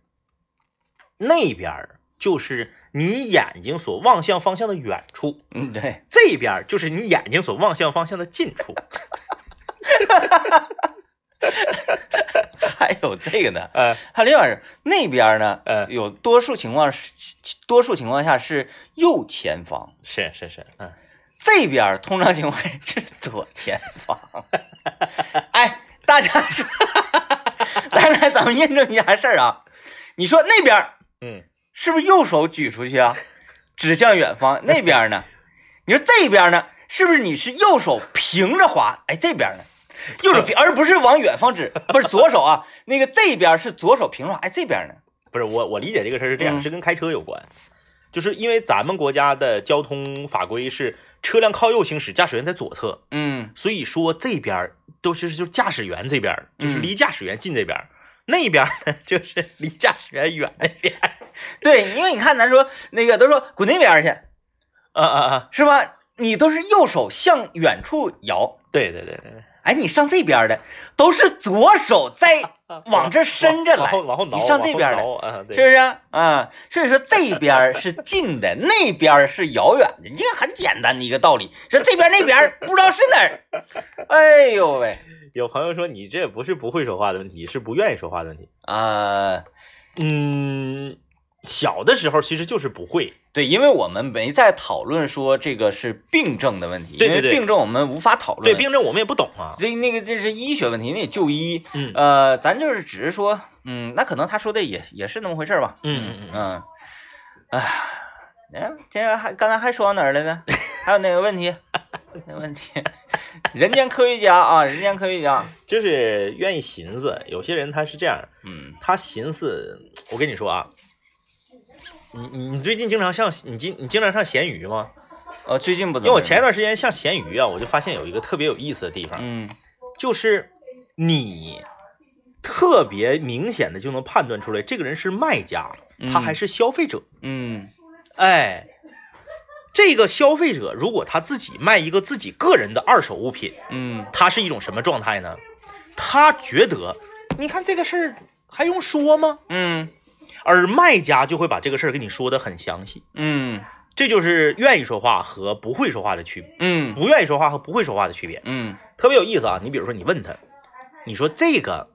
Speaker 2: 那边儿就是你眼睛所望向方向的远处，
Speaker 1: 嗯对。
Speaker 2: 这边儿就是你眼睛所望向方向的近处。
Speaker 1: 还有这个呢，
Speaker 2: 呃，
Speaker 1: 还有另外是那边呢，
Speaker 2: 呃
Speaker 1: 有多数情况是，多数情况下是右前方，
Speaker 2: 是是是，嗯，
Speaker 1: 这边通常情况下是左前方。哎，大家说， 来来，咱们验证一下事儿啊。你说那边
Speaker 2: 嗯，
Speaker 1: 是不是右手举出去啊，指向远方？那边呢？你说这边呢？是不是你是右手平着滑？哎，这边呢？右手平，而不是往远方指，不是左手啊。那个这边是左手平着滑，哎，这边呢？
Speaker 2: 不是我我理解这个事儿是这样，
Speaker 1: 嗯
Speaker 2: 是跟开车有关，就是因为咱们国家的交通法规是车辆靠右行驶，驾驶员在左侧，
Speaker 1: 嗯
Speaker 2: 所以说这边儿都是就是驾驶员这边儿，就是
Speaker 1: 嗯
Speaker 2: 离驾驶员近这边儿，那边儿呢 就是离驾驶员远那边儿。，
Speaker 1: 对，因为你看，咱说那个都说滚那边去，
Speaker 2: 啊啊啊！
Speaker 1: 是吧？你都是右手向远处摇，
Speaker 2: 对对对对，
Speaker 1: 哎，你上这边的都是左手 在往这伸着来，
Speaker 2: 往后往后挠，
Speaker 1: 你上这边的，
Speaker 2: 的啊，
Speaker 1: 是不
Speaker 2: 对，
Speaker 1: 是啊？啊所以说这边儿是近的， 那边儿是遥远的，这个很简单的一个道理。说这边儿那边儿不知道是哪儿，哎呦喂
Speaker 2: 有朋友说你这不是不会说话的问题，是不愿意说话的问题。
Speaker 1: 啊！
Speaker 2: 嗯，小的时候其实就是不会，
Speaker 1: 对，因为我们没在讨论说这个是病症的问题，
Speaker 2: 对对
Speaker 1: 因为
Speaker 2: 对
Speaker 1: 病症我们无法讨论。
Speaker 2: 对病症我们也不懂啊。
Speaker 1: 这那个这是医学问题，那得就医。
Speaker 2: 嗯
Speaker 1: 呃，咱就是只是说，嗯，那可能他说的也也是那么回事儿吧。
Speaker 2: 嗯嗯嗯
Speaker 1: 嗯，哎，哎，这个还刚才还说到哪儿了呢？还有哪个问题？那问题，人间科学家啊，人间科学家。
Speaker 2: 就是愿意寻思，有些人他是这样，
Speaker 1: 嗯
Speaker 2: 他寻思，我跟你说啊，你你你最近经常上你经你经常上闲鱼吗？
Speaker 1: 呃，最近不怎
Speaker 2: 因为
Speaker 1: 么。
Speaker 2: 我前一段时间像闲鱼啊，我就发现有一个特别有意思的地方，
Speaker 1: 嗯
Speaker 2: 就是你特别明显的就能判断出来，这个人是卖家，他还是消费者。
Speaker 1: 嗯
Speaker 2: 哎，这个消费者如果他自己卖一个自己个人的二手物品，
Speaker 1: 嗯
Speaker 2: 他是一种什么状态呢？他觉得，你看这个事儿还用说吗？
Speaker 1: 嗯
Speaker 2: 而卖家就会把这个事儿跟你说的很详细，
Speaker 1: 嗯
Speaker 2: 这就是愿意说话和不会说话的区别，
Speaker 1: 嗯
Speaker 2: 不愿意说话和不会说话的区别。
Speaker 1: 嗯
Speaker 2: 特别有意思啊！你比如说，你问他，你说这个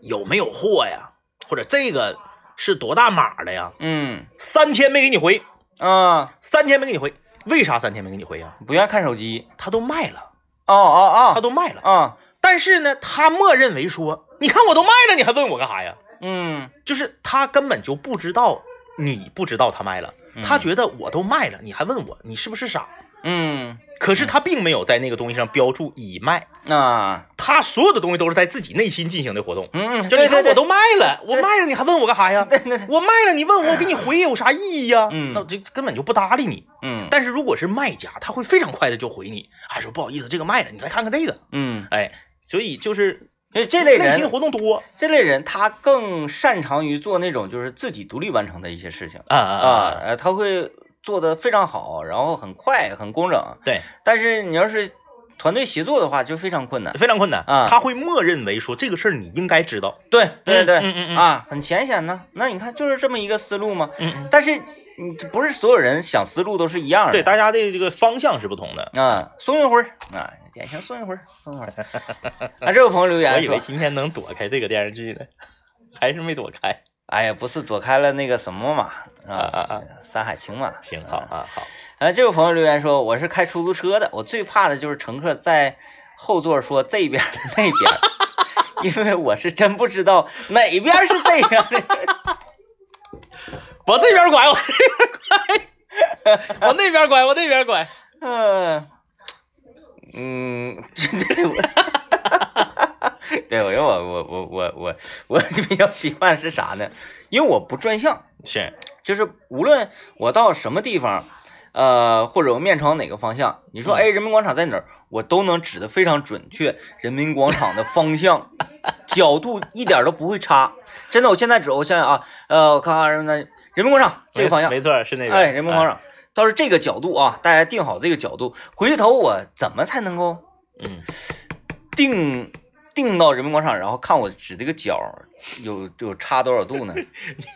Speaker 2: 有没有货呀？或者这个是多大码的呀？
Speaker 1: 嗯
Speaker 2: 三天没给你回，
Speaker 1: 啊，
Speaker 2: 三天没给你回，为啥三天没给你回呀？
Speaker 1: 不愿意看手机。
Speaker 2: 他都卖了，
Speaker 1: 哦哦
Speaker 2: 他都卖了。
Speaker 1: 哦，啊
Speaker 2: 但是呢，他默认为说，你看我都卖了，你还问我干啥呀？
Speaker 1: 嗯
Speaker 2: 就是他根本就不知道你不知道他卖了，
Speaker 1: 嗯
Speaker 2: 他觉得我都卖了，你还问我，你是不是傻？
Speaker 1: 嗯，
Speaker 2: 可是他并没有在那个东西上标注已卖，
Speaker 1: 那
Speaker 2: 他所有的东西都是在自己内心进行的活动。
Speaker 1: 嗯，
Speaker 2: 就
Speaker 1: 对
Speaker 2: 你看
Speaker 1: 对对
Speaker 2: 我都卖了，我卖了你还问我干 啥呀？我卖了你问我，我给你回有啥意义呀？
Speaker 1: 嗯
Speaker 2: 那这根本就不搭理你。
Speaker 1: 嗯
Speaker 2: 但是如果是卖家，他会非常快的就回你，还说不好意思，这个卖了，你来看看这个。
Speaker 1: 嗯，
Speaker 2: 哎，所以就是
Speaker 1: 因为这类
Speaker 2: 内心
Speaker 1: 人，啊
Speaker 2: 活动多
Speaker 1: 这类人他更擅长于做那种就是自己独立完成的一些事情
Speaker 2: 啊
Speaker 1: 啊，
Speaker 2: 啊！
Speaker 1: 呃，他会做的非常好，然后很快很工整。
Speaker 2: 对，
Speaker 1: 但是你要是团队协作的话，就非常困难。
Speaker 2: 非常困难
Speaker 1: 啊
Speaker 2: 他会默认为说这个事儿你应该知道。
Speaker 1: 对对
Speaker 2: 嗯
Speaker 1: 对，
Speaker 2: 嗯嗯嗯
Speaker 1: 啊，很浅显呢。那你看，就是这么一个思路嘛。
Speaker 2: 嗯，
Speaker 1: 但是你这不是所有人想思路都是一样的。
Speaker 2: 对，大家的这个方向是不同的。
Speaker 1: 啊，松一会儿啊，典型松一会儿，松一 会儿。啊，这位朋友留
Speaker 2: 我
Speaker 1: 言
Speaker 2: 以为
Speaker 1: 说，
Speaker 2: 今天能躲开这个电视剧呢， 还是没躲开。
Speaker 1: 哎呀，不是躲开了那个什么嘛，啊
Speaker 2: 啊啊啊，
Speaker 1: 山海情嘛。
Speaker 2: 行，好啊，好，
Speaker 1: 啊，这位朋友留言说，我是开出租车的，我最怕的就是乘客在后座说这边儿那边儿， 因为我是真不知道哪边儿是这边儿的。
Speaker 2: 往这边拐，我这边拐，往那边拐，往那边拐。
Speaker 1: 嗯、嗯，对我。对，我因为 我我我我我我比较习惯是啥呢？因为我不转向，
Speaker 2: 是，
Speaker 1: 就是无论我到什么地方，呃，或者我面朝哪个方向，你说，
Speaker 2: 嗯
Speaker 1: 哎，人民广场在哪儿？我都能指的非常准确，人民广场的方向、 角度一点都不会差。真的，我现在指，我想想啊，呃，我看看什么呢？人民广场这个方向，
Speaker 2: 没错，是那边。
Speaker 1: 哎，人民广
Speaker 2: 啊，
Speaker 1: 场，到是这个角度啊，大家定好这个角度，回头我怎么才能够
Speaker 2: 嗯，
Speaker 1: 定定到人民广场，然后看我指这个角有有差多少度呢？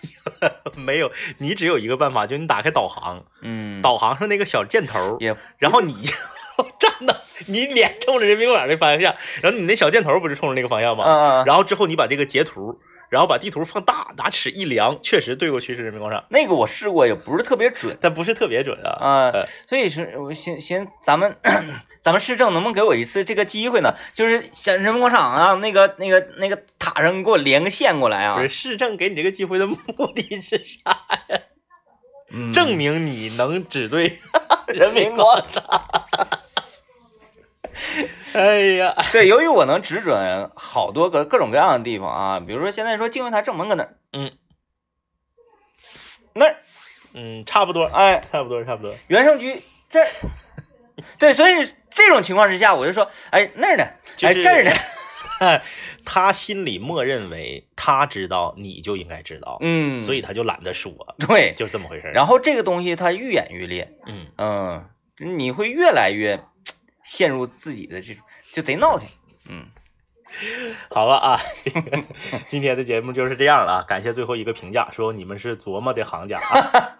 Speaker 2: 没有，你只有一个办法，就你打开导航，
Speaker 1: 嗯，
Speaker 2: 导航上那个小箭头，
Speaker 1: 也
Speaker 2: 然后你就 站到你脸冲着人民广场这方向，然后你那小箭头不是冲着那个方向
Speaker 1: 啊
Speaker 2: 吗？
Speaker 1: 啊，
Speaker 2: 然后之后你把这个截图，然后把地图放大，拿尺一量，确实对过去是人民广场，
Speaker 1: 那个我试过，也不是特别准。
Speaker 2: 但不是特别准啊。
Speaker 1: 啊、
Speaker 2: 呃
Speaker 1: 所以是我寻寻咱们 咱们市政能不能给我一次这个机会呢？就是像人民广场啊，那个那个那个塔上，你给我连个线过来啊
Speaker 2: 不，是市政给你这个机会的目的是啥？
Speaker 1: 嗯
Speaker 2: 证明你能 只对人
Speaker 1: 人
Speaker 2: 民
Speaker 1: 民
Speaker 2: 广
Speaker 1: 广
Speaker 2: 场。哎呀，
Speaker 1: 对，由于我能指准好多个各种各样的地方啊，比如说现在说净月塔正门搁哪儿？
Speaker 2: 嗯，
Speaker 1: 那儿
Speaker 2: 嗯，差不多，
Speaker 1: 哎，
Speaker 2: 差不多，差不多。
Speaker 1: 原生居这儿，对，所以这种情况之下，我就说，哎那儿呢，
Speaker 2: 就
Speaker 1: 哎
Speaker 2: 是
Speaker 1: 这 儿呢，
Speaker 2: 他心里默认为他知道，你就应该知道，
Speaker 1: 嗯，
Speaker 2: 所以他就懒得说，
Speaker 1: 对，
Speaker 2: 就是这么回事儿。
Speaker 1: 然后这个东西它愈演愈烈，
Speaker 2: 嗯，
Speaker 1: 嗯，你会越来越陷入自己的这种，就贼闹挺。嗯，
Speaker 2: 好了啊， 这个今天的节目就是这样了啊，感谢最后一个评价，说你们是琢磨的行家啊。